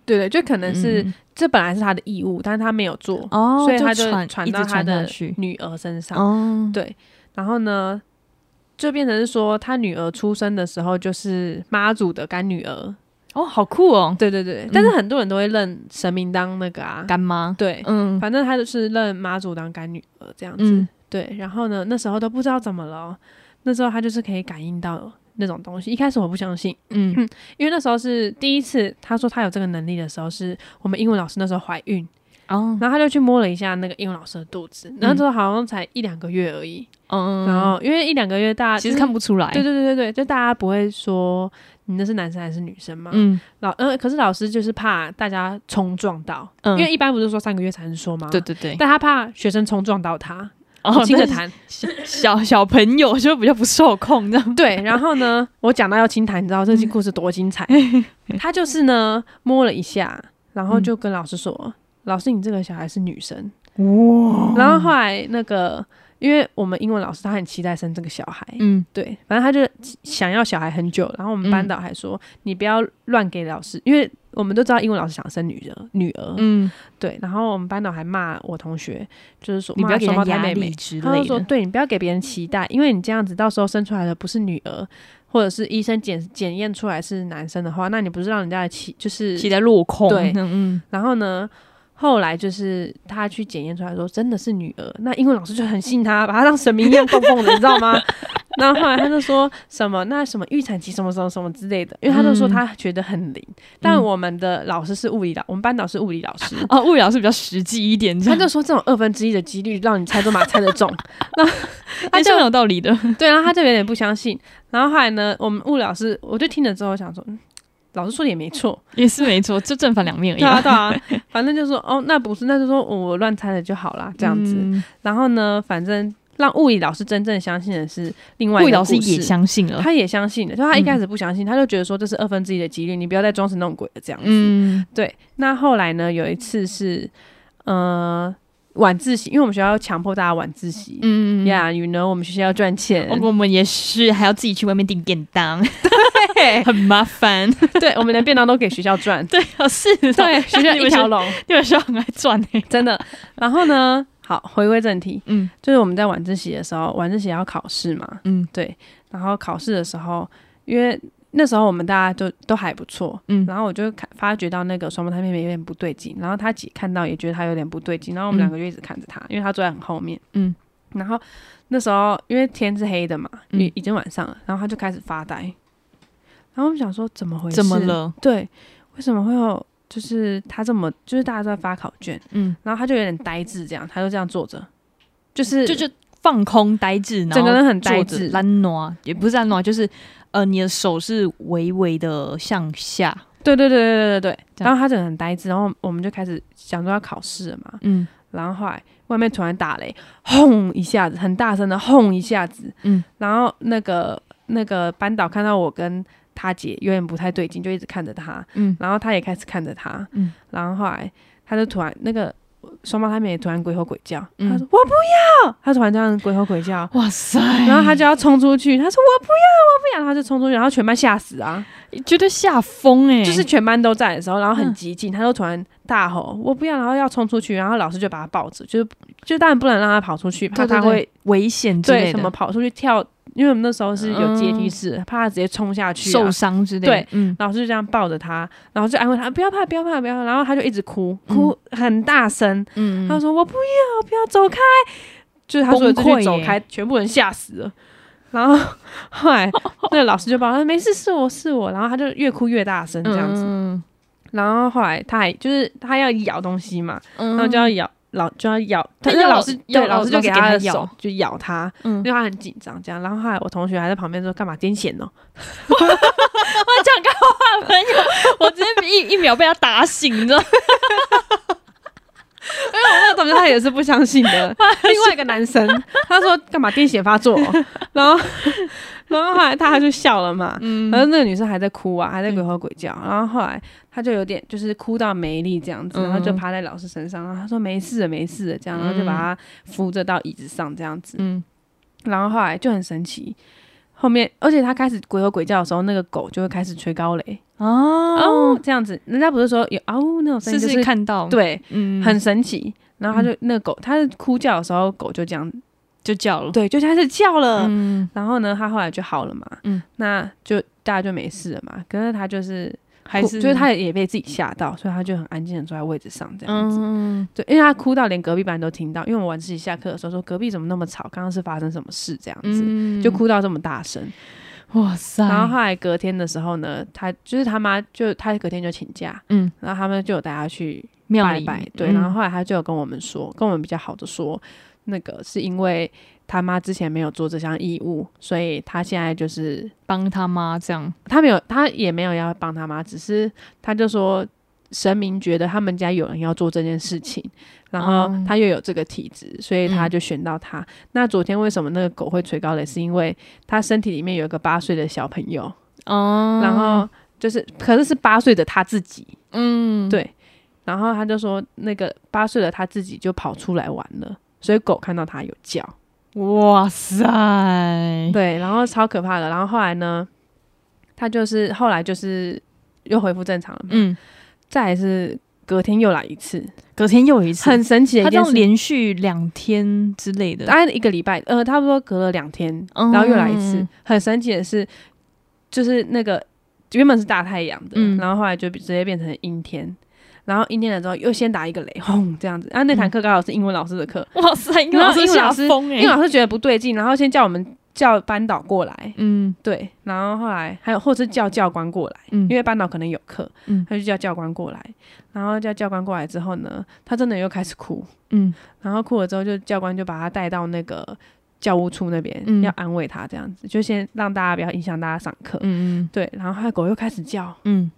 Speaker 2: 对对，就可能是、
Speaker 1: 嗯
Speaker 2: 这本来是他的义务，但是他没有做，
Speaker 1: 哦，
Speaker 2: 所以他
Speaker 1: 就传
Speaker 2: 传
Speaker 1: 一
Speaker 2: 到
Speaker 1: 直
Speaker 2: 他
Speaker 1: 传下
Speaker 2: 的
Speaker 1: 去，
Speaker 2: 女儿身上。
Speaker 1: 哦，
Speaker 2: 对，然后呢，就变成是说他女儿出生的时候就是妈祖的干女儿。
Speaker 1: 哦，好酷哦，
Speaker 2: 对对对，但是很多人都会认神明当那个啊，
Speaker 1: 干妈，
Speaker 2: 对，
Speaker 1: 嗯
Speaker 2: 反正他就是认妈祖当干女儿这样子。
Speaker 1: 嗯，
Speaker 2: 对，然后呢，那时候都不知道怎么了哦、那时候他就是可以感应到那种东西。一开始我不相信，
Speaker 1: 嗯，
Speaker 2: 因为那时候是第一次他说他有这个能力的时候，是我们英文老师那时候怀孕，
Speaker 1: 哦，
Speaker 2: 然后他就去摸了一下那个英文老师的肚子，然后
Speaker 1: 嗯
Speaker 2: 之后好像才一两个月而已。
Speaker 1: 嗯，
Speaker 2: 然后因为一两个月大家
Speaker 1: 其实看不出来，
Speaker 2: 对对对对对，就大家不会说你那是男生还是女生嘛。
Speaker 1: 嗯
Speaker 2: 老嗯、可是老师就是怕大家冲撞到，
Speaker 1: 嗯，
Speaker 2: 因为一般不是说三个月才能说吗？
Speaker 1: 对对对，
Speaker 2: 但他怕学生冲撞到他，
Speaker 1: 哦，
Speaker 2: 轻
Speaker 1: 轻
Speaker 2: 的
Speaker 1: 的谈，
Speaker 2: 谈
Speaker 1: 小小小朋友就比较不受控，这样
Speaker 2: 对，然后呢，我讲到要清谈，你知道这
Speaker 1: 嗯
Speaker 2: 期故事多 精彩？他就是呢摸了一下，然
Speaker 1: 嗯
Speaker 2: 后就跟老师说：“老师，你这个小孩是女生。”哇！然后后来那个，因为我们英文老师他很期待生这个小孩，
Speaker 1: 嗯
Speaker 2: 对，反正他就想要小孩很久。然后我们班
Speaker 1: 嗯
Speaker 2: 导还说：“你不要乱给老师，因为我们都知道英文老师想生女儿，女儿。
Speaker 1: 嗯，
Speaker 2: 对，然后我们班导还骂我同学，就是说
Speaker 1: 你不
Speaker 2: 骂
Speaker 1: 要给
Speaker 2: 双
Speaker 1: 他
Speaker 2: 胞胎
Speaker 1: 压
Speaker 2: 妹妹
Speaker 1: 力之
Speaker 2: 他就
Speaker 1: 类
Speaker 2: 说：“
Speaker 1: 的，
Speaker 2: 对你不要给别人期待，因为你这样子到时候生出来的不是女儿，或者是医生检检验出来是男生的话，那你不是让人家的期就是
Speaker 1: 期待落空，
Speaker 2: 对
Speaker 1: 嗯
Speaker 2: 然后呢，后来就是他去检验出来说真的是女儿，那英文老师就很信他，把他当神明一样供奉的，你知道吗？ 然后后来他就说什么那什么预产期什么什么什么之类的，因为他就说
Speaker 1: 嗯
Speaker 2: 他觉得很灵，但
Speaker 1: 嗯
Speaker 2: 我们的老师是物理老，我们班导是物理老师，
Speaker 1: 嗯，哦，物理老师比较实际一点，这
Speaker 2: 他
Speaker 1: 样
Speaker 2: 就说这种二分之一的几率让你猜都马猜得中，
Speaker 1: 他这样有道理的，
Speaker 2: 对，然后他就有点不相信。然后后来呢，我们物理老师，我就听了之后想说，嗯，老师说的也没错，
Speaker 1: 也是没 错，这正反两面而已
Speaker 2: 对啊
Speaker 1: 啊，
Speaker 2: 对啊，反正就说哦，那不是，那就说、哦我乱猜的就好啦，这样子。
Speaker 1: 嗯
Speaker 2: 然后呢，反正让物理老师真正相信的是另外
Speaker 1: 物
Speaker 2: 一
Speaker 1: 理
Speaker 2: 个
Speaker 1: 老师
Speaker 2: 故事
Speaker 1: 也。相信了，
Speaker 2: 他也相信的，就他一开始不相信，他就觉得说这是二分之一的几率，你不要再装神弄鬼了这样子。
Speaker 1: 嗯
Speaker 2: 对，那后来呢，有一次是，呃，晚自习，因为我们学校强迫大家晚自习，
Speaker 1: 嗯，哦
Speaker 2: ，Yeah，you know，我们学校要 赚钱，
Speaker 1: 我我们也是，还要自己去外面订便当，
Speaker 2: 对
Speaker 1: 很麻 烦。。
Speaker 2: 对，我们连便当都给学校赚
Speaker 1: 对哎啊，是，
Speaker 2: 对， 学校
Speaker 1: 你
Speaker 2: 一
Speaker 1: 们
Speaker 2: 条
Speaker 1: 学
Speaker 2: 龙，
Speaker 1: 你们学校很爱赚欸诶。
Speaker 2: 真的。然后呢，好，回归正题，
Speaker 1: 嗯
Speaker 2: 就是我们在晚自习的时候，晚自习要考试嘛，
Speaker 1: 嗯
Speaker 2: 然后考试的时候，因为那时候我们大家都都还不错，
Speaker 1: 嗯
Speaker 2: 然后我就看发觉到那个双胞胎妹妹有点不对劲，然后她姐看到也觉得她有点不对劲，然后我们两个就一直看着她，因为她坐在很后面，
Speaker 1: 嗯，
Speaker 2: 然后那时候因为天是黑的嘛，
Speaker 1: 嗯
Speaker 2: 也已经晚上了，然后她就开始发呆，然后我们想说怎么回事？
Speaker 1: 怎么？了？
Speaker 2: 对，为什么会有？就是她这么，就是大家都在发考卷，
Speaker 1: 嗯，
Speaker 2: 然后她就有点呆滞，这样，她就这样坐着，就是
Speaker 1: 就就放空呆滞，然后
Speaker 2: 整个人很
Speaker 1: 坐
Speaker 2: 呆
Speaker 1: 着
Speaker 2: 滞，
Speaker 1: 懒挪，也不是懒挪，就是呃，你的手是微微的向下。
Speaker 2: 对对对对
Speaker 1: 这
Speaker 2: 对对对。
Speaker 1: 样
Speaker 2: 然后他整个很呆滞，然后我们就开始想说要考试了嘛。
Speaker 1: 嗯
Speaker 2: 然后后来外面突然打雷，轰一下子，很大声的轰一下子。
Speaker 1: 嗯，
Speaker 2: 然后那个那个班导看到我跟他姐有点不太对劲，就一直看着他，
Speaker 1: 嗯
Speaker 2: 然后他也开始看着他。
Speaker 1: 嗯，
Speaker 2: 然后后来他就突然那个双胞胎妹也突然鬼吼鬼叫，
Speaker 1: 嗯
Speaker 2: 他说我不要，他突然这样鬼吼鬼叫。
Speaker 1: 哇塞！
Speaker 2: 然后他就要冲出去，他说我不要，我不要，然后他就冲出去，然后全班吓死啊！
Speaker 1: 绝对吓疯哎，
Speaker 2: 就是全班都在的时候，然后很
Speaker 1: 嗯
Speaker 2: 激进，他就突然大吼：“我不要！”然后要冲出去，然后老师就把他抱着，就是就当然不能让他跑出去，怕
Speaker 1: 对对
Speaker 2: 他
Speaker 1: 对
Speaker 2: 会
Speaker 1: 危险之
Speaker 2: 对
Speaker 1: 类
Speaker 2: 什么
Speaker 1: 的，
Speaker 2: 跑出去跳，因为我们那时候是有阶梯
Speaker 1: 嗯
Speaker 2: 式，怕他直接冲下去、啊
Speaker 1: 受。伤之类。
Speaker 2: 对，
Speaker 1: 嗯，
Speaker 2: 老师就这样抱着他，然后就安慰他：“不要怕，不要怕，不要怕。”然后他就一直哭，哭很大声，
Speaker 1: 嗯
Speaker 2: 他说：“我不要，我不要走开！”就是他说的这
Speaker 1: 崩溃
Speaker 2: 句“
Speaker 1: 耶
Speaker 2: 走开”，全部人吓死了。然后 后来 那个老师就抱他说：“没事，是我是我。”然后他就越哭越大声，这样子。
Speaker 1: 嗯，
Speaker 2: 然后后来他还就是他要咬东西嘛，
Speaker 1: 然
Speaker 2: 然后就 要咬老就要咬，
Speaker 1: 他
Speaker 2: 但是
Speaker 1: 咬
Speaker 2: 嗯哎老师
Speaker 1: 咬
Speaker 2: 对
Speaker 1: 老
Speaker 2: 老师就
Speaker 1: 老师给
Speaker 2: 给他
Speaker 1: 他
Speaker 2: 的
Speaker 1: 咬
Speaker 2: 手就咬他，
Speaker 1: 嗯
Speaker 2: 因为他很紧张这样。然后后来我同学还在旁边说干嘛癫痫哦，
Speaker 1: 我讲干话朋友， 我直接一一秒被他打醒，你知道吗？
Speaker 2: 那个同学他也是不相信 的。另外一个男生他说干嘛癫痫发作哦、 然后然后后来他就笑了嘛，然后那个女生还在哭啊，还在鬼吼鬼叫。然后后来他就有点就是哭到没力这样子，
Speaker 1: 嗯
Speaker 2: 然后就趴在老师身上，然后他说没事了没事了这样，然后就把他扶着到椅子上这样子。
Speaker 1: 嗯，
Speaker 2: 然后后来就很神奇，后面而且他开始鬼吼鬼叫的时候，那个狗就会开始吹高雷
Speaker 1: 哦
Speaker 2: 哦，，这样子，人家不是说有哦那种声
Speaker 1: 是
Speaker 2: 音，就是
Speaker 1: 看到，，
Speaker 2: 对，
Speaker 1: 嗯，
Speaker 2: 很神奇。然后他就、那个狗，它哭叫的时候，狗就这样，
Speaker 1: 就叫了，
Speaker 2: 对，就开始叫了。
Speaker 1: 哦嗯，
Speaker 2: 然后呢，它后来就好了嘛，
Speaker 1: 嗯，
Speaker 2: 那就大家就没事了嘛。可是它就是
Speaker 1: 还
Speaker 2: 哭
Speaker 1: 是
Speaker 2: 就是它也被自己吓到，所以它就很安静的坐在位置上这样子。
Speaker 1: 嗯，
Speaker 2: 对，因为它哭到连隔壁班都听到，因为我晚自习下课的时候说隔壁怎么那么吵，刚刚是发生什么事这样子，
Speaker 1: 嗯
Speaker 2: 就，哭到这么大声。
Speaker 1: 哇塞，
Speaker 2: 然后后来隔天的时候呢，他就是他妈就他隔天就请假，
Speaker 1: 嗯，
Speaker 2: 然后他们就有带他去
Speaker 1: 庙
Speaker 2: 拜
Speaker 1: 里嗯
Speaker 2: 拜，嗯对，然后后来他就有跟我们说，跟我们比较好的说，那个是因为他妈之前没有做这项义务，所以他现在就是
Speaker 1: 帮他妈这样，
Speaker 2: 他没有，他也没有要帮他妈，只是他就说。神明觉得他们家有人要做这件事情，然后
Speaker 1: 哦
Speaker 2: 他又有这个体质，所以他就选到他。那昨天为什么那个狗会垂高垒？是因为他身体里面有一个八岁的小朋友，
Speaker 1: 哦
Speaker 2: 然后就是可是是八岁的他自己，
Speaker 1: 嗯，
Speaker 2: 对然后他就说那个八岁的他自己就跑出来玩了，所以狗看到他有叫。
Speaker 1: 哇塞，
Speaker 2: 对，然后超可怕的。然后后来呢，他就是后来就是又恢复正常了嘛。
Speaker 1: 嗯，
Speaker 2: 再来是隔天又来一次，
Speaker 1: 隔天又一次，
Speaker 2: 很神奇的
Speaker 1: 他这
Speaker 2: 一件
Speaker 1: 样
Speaker 2: 事。
Speaker 1: 连续两天之类的，
Speaker 2: 大概一个礼拜，呃，差不多隔了两天，
Speaker 1: 嗯
Speaker 2: 然后又来一次。很神奇的是，就是那个原本是大太阳的，
Speaker 1: 嗯
Speaker 2: 然后后来就直接变成阴天。然后阴天了之后，又先打一个雷，轰这样子。啊，那堂课刚好是英文老师的课，
Speaker 1: 哇塞，英文
Speaker 2: 然
Speaker 1: 老
Speaker 2: 后
Speaker 1: 师
Speaker 2: 英文
Speaker 1: 吓
Speaker 2: 老师
Speaker 1: 疯
Speaker 2: 英文
Speaker 1: 嗯哎，
Speaker 2: 老师觉得不对劲，然后先叫我们叫班导过来，
Speaker 1: 嗯
Speaker 2: 对，然后后来还有或者是叫教官过来，
Speaker 1: 嗯
Speaker 2: 因为班导可能有课，
Speaker 1: 嗯
Speaker 2: 他就叫教官过来，然后叫教官过来之后呢，他真的又开始哭，
Speaker 1: 嗯
Speaker 2: 然后哭了之后就教官就把他带到那个教务处那边，
Speaker 1: 嗯
Speaker 2: 要安慰他这样子，就先让大家不要影响大家上课，
Speaker 1: 嗯
Speaker 2: 对，然后他的狗又开始叫，
Speaker 1: 嗯，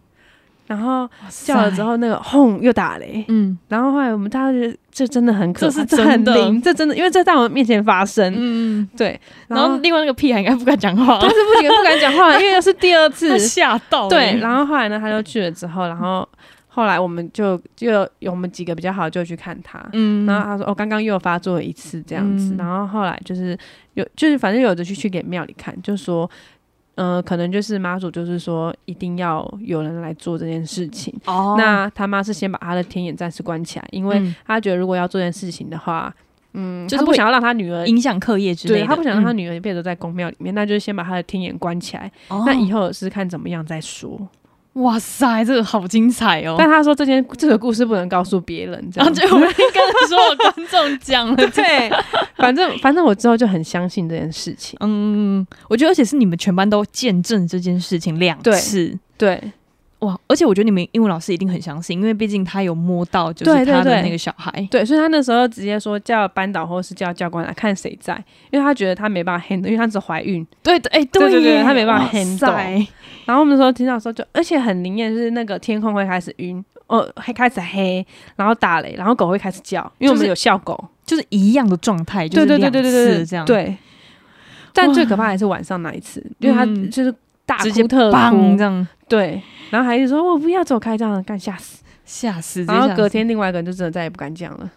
Speaker 2: 然后
Speaker 1: 哇塞
Speaker 2: 叫了之，后那个轰又打雷，
Speaker 1: 嗯
Speaker 2: 然后后来我们大家觉得这真的很可怕，
Speaker 1: 这是真
Speaker 2: 很
Speaker 1: 的
Speaker 2: 灵，这真的，因为这在我们面前发生，
Speaker 1: 嗯，
Speaker 2: 对，
Speaker 1: 然后另外那个屁孩应该不敢讲话
Speaker 2: 但，是不行不敢讲话，因为是第二 次
Speaker 1: 他，吓到，欸
Speaker 2: 对，
Speaker 1: 后
Speaker 2: 然后后来呢，他就去了之后，然后后来我们就就有我们几个比较好就去看他，
Speaker 1: 嗯，
Speaker 2: 然后他说哦，刚刚又发作了一次这样子，
Speaker 1: 嗯
Speaker 2: 然后后来就是有就是反正有的去去给庙里看，就说。嗯、可能就是妈祖，就是说一定要有人来做这件事情。
Speaker 1: 哦
Speaker 2: 那他妈是先把他的天眼暂时关起来，因为
Speaker 1: 嗯
Speaker 2: 他觉得如果要做这件事情的话，嗯，
Speaker 1: 就是
Speaker 2: 他不
Speaker 1: 会
Speaker 2: 想要让他女儿，
Speaker 1: 影响课业之类
Speaker 2: 对
Speaker 1: 的，
Speaker 2: 他不想让他
Speaker 1: 嗯
Speaker 2: 女儿一辈子都在宫庙里面，那就是先把他的天眼关起来，
Speaker 1: 哦
Speaker 2: 那以后是看怎么样再说。
Speaker 1: 哇塞，这个好精彩哦！
Speaker 2: 但他说这件这个故事不能告诉别人，这
Speaker 1: 然后
Speaker 2: 样子。
Speaker 1: 就我们跟所有观众讲 了，
Speaker 2: 哦 对，反正反正我之后就很相信这件事情。
Speaker 1: 嗯，我觉得而且是你们全班都见证这件事情两
Speaker 2: 对
Speaker 1: 次，
Speaker 2: 对
Speaker 1: 哇！而且我觉得你们英文老师一定很相信，因为毕竟他有摸到就
Speaker 2: 对
Speaker 1: 是
Speaker 2: 对
Speaker 1: 他的
Speaker 2: 对
Speaker 1: 那个小孩，
Speaker 2: 对，所以他那时候直接说叫班导或是叫教官来看谁在，因为他觉得他没办法 handle，因为他只怀孕。
Speaker 1: 对对，哎，
Speaker 2: 对对对
Speaker 1: 耶
Speaker 2: 他没办法
Speaker 1: 哇塞
Speaker 2: handle 然后我们那时候听到说就，而且很灵验，就是那个天空会开始晕，哦，还开始黑，然后打雷，然后狗会开始叫，因为我
Speaker 1: 就
Speaker 2: 们
Speaker 1: 是
Speaker 2: 有笑狗。
Speaker 1: 就是一样的状态，就
Speaker 2: 对
Speaker 1: 是
Speaker 2: 对对对
Speaker 1: 两
Speaker 2: 对对
Speaker 1: 次
Speaker 2: 对，
Speaker 1: 这样，
Speaker 2: 对。但
Speaker 1: 哇
Speaker 2: 最可怕还是晚上那一次，因为他
Speaker 1: 嗯
Speaker 2: 就是大
Speaker 1: 直接
Speaker 2: 哭特哭
Speaker 1: 砰这，样
Speaker 2: 对，然后还是说我不要走开，这样干吓死。
Speaker 1: 吓死，
Speaker 2: 然
Speaker 1: 直接
Speaker 2: 后
Speaker 1: 吓
Speaker 2: 隔
Speaker 1: 死
Speaker 2: 天另外一个人就真的再也不敢讲了，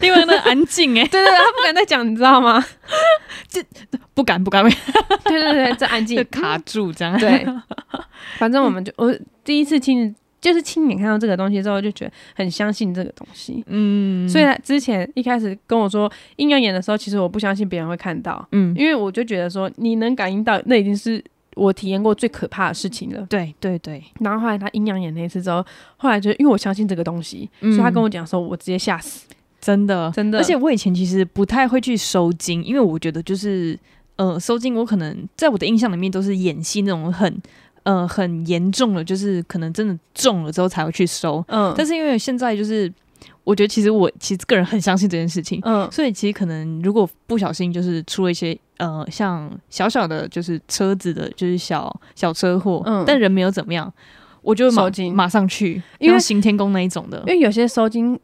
Speaker 1: 另外那个安静哎，
Speaker 2: 对对对，他不敢再讲，你知 道吗？
Speaker 1: 不敢不敢，
Speaker 2: 对对对，这安
Speaker 1: 就
Speaker 2: 静
Speaker 1: 卡住这样，
Speaker 2: 对， 反正我们就我第一次亲就是亲眼看到这个东西之后，就觉得很相信这个东西。
Speaker 1: 嗯，
Speaker 2: 所以他之前一开始跟我说阴阳眼的时候，其实我不相信别人会看到，
Speaker 1: 嗯，
Speaker 2: 因为我就觉得说你能感应到，那已经是我体验过最可怕的事情了。
Speaker 1: 对对对，
Speaker 2: 然后后来他阴阳眼那一次之后，后来就因为我相信这个东西，
Speaker 1: 嗯
Speaker 2: 所以他跟我讲说，我直接吓死，
Speaker 1: 真的
Speaker 2: 真的。
Speaker 1: 而且我以前其实不太会去收金，因为我觉得就是呃，收金我可能在我的印象里面都是演戏那种很呃很严重的，就是可能真的中了之后才会去收。
Speaker 2: 嗯，
Speaker 1: 但是因为现在就是，我觉得其实我其实个人很相信这件事情，
Speaker 2: 嗯
Speaker 1: 所以其实可能如果不小心就是出了一些呃像小小的就是车子的就是小小车祸，
Speaker 2: 嗯
Speaker 1: 但人没有怎么样。我就会马
Speaker 2: 收金
Speaker 1: 马上去，
Speaker 2: 因为
Speaker 1: 像行天宫那一种的
Speaker 2: 因，为有些收金，因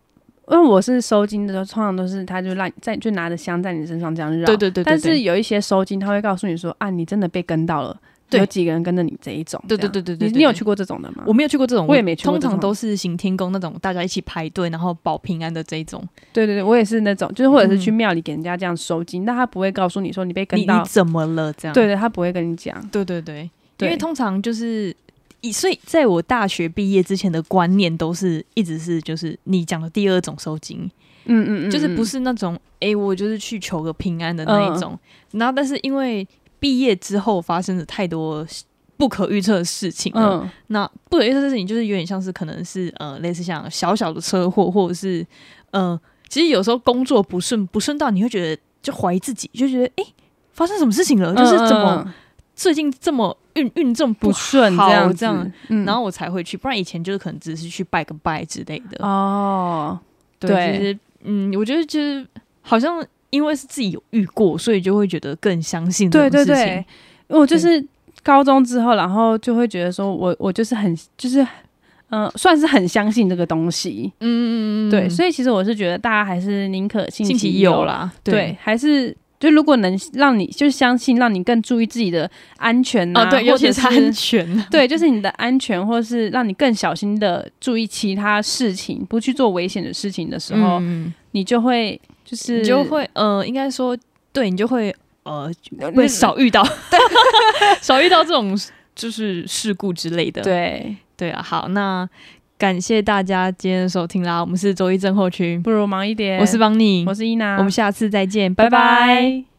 Speaker 2: 为我是收金的时候，通常都是他就让你在就拿着香在你身上这样绕。
Speaker 1: 对对对对
Speaker 2: 但
Speaker 1: 对
Speaker 2: 是有一些收金，他会告诉你说啊，你真的被跟到了，
Speaker 1: 对
Speaker 2: 有几个人跟着你这一种。
Speaker 1: 对
Speaker 2: 这样
Speaker 1: 对对对对
Speaker 2: 你
Speaker 1: 对
Speaker 2: 你有
Speaker 1: 对
Speaker 2: 去过这种的吗？
Speaker 1: 我没有去过这种，
Speaker 2: 啊我也没去过
Speaker 1: 通
Speaker 2: 这
Speaker 1: 常
Speaker 2: 种
Speaker 1: 都是行天宫那种大家一起排队然后保平安的这一种。
Speaker 2: 对对对，我也是那种，就是或者是去
Speaker 1: 嗯
Speaker 2: 庙里给人家这样收金，但他不会告诉你说你被
Speaker 1: 你
Speaker 2: 跟
Speaker 1: 你
Speaker 2: 到。
Speaker 1: 怎么了？这样
Speaker 2: 对对，他不会跟你讲。
Speaker 1: 对对对，
Speaker 2: 对
Speaker 1: 因为通常就是以所以在我大学毕业之前的观念都是一直是就是你讲的第二种收金，
Speaker 2: 嗯嗯嗯，
Speaker 1: 就是
Speaker 2: 嗯嗯
Speaker 1: 不是那种诶，我就是去求个平安的那一种。然后但是因为毕业之后发生了太多。不可预测的事情了，
Speaker 2: 嗯
Speaker 1: 那不可预测的事情就是有点像是可能是呃类似像小小的车祸，或者是呃，其实有时候工作不顺不顺到你会觉得就怀疑自己，就觉得诶，发生什么事情了？呃就是怎么
Speaker 2: 嗯嗯
Speaker 1: 最近这么运运这么不
Speaker 2: 不顺
Speaker 1: 好
Speaker 2: 这样
Speaker 1: 这样
Speaker 2: 子，嗯
Speaker 1: 然后我才会去，不然以前就是可能只是去拜个拜之类的。
Speaker 2: 哦，对
Speaker 1: 就是嗯，我觉得就是好像因为是自己有遇过，所以就会觉得更相信这
Speaker 2: 对
Speaker 1: 种
Speaker 2: 对
Speaker 1: 事情。
Speaker 2: 对，我就是高中之后，然后就会觉得说我我就是很就是。嗯、算是很相信这个东西。
Speaker 1: 嗯嗯嗯，
Speaker 2: 对，
Speaker 1: 以
Speaker 2: 所以其实我是觉得大家还是宁可信
Speaker 1: 近期
Speaker 2: 其
Speaker 1: 有
Speaker 2: 啦。
Speaker 1: 啦，
Speaker 2: 对，还是就如果能让你就是相信，让你更注意自己的安全
Speaker 1: 啊
Speaker 2: 啊，
Speaker 1: 对，
Speaker 2: 或
Speaker 1: 尤其
Speaker 2: 者是
Speaker 1: 安全，
Speaker 2: 对，就是你的安全，或是让你更小心的注意其他事情，不去做危险的事情的时候，
Speaker 1: 嗯
Speaker 2: 你就会就是
Speaker 1: 你就会呃，应该说对你就会呃
Speaker 2: 那
Speaker 1: 会少遇到， 少遇到这种就是事故之类的。
Speaker 2: 对，
Speaker 1: 对啊，好，那感谢大家今天的收听啦，我们是周一症候群，
Speaker 2: 不如忙一点。
Speaker 1: 我是邦尼
Speaker 2: 我，是伊娜，
Speaker 1: 我们下次再见，
Speaker 2: 拜
Speaker 1: 拜拜
Speaker 2: 拜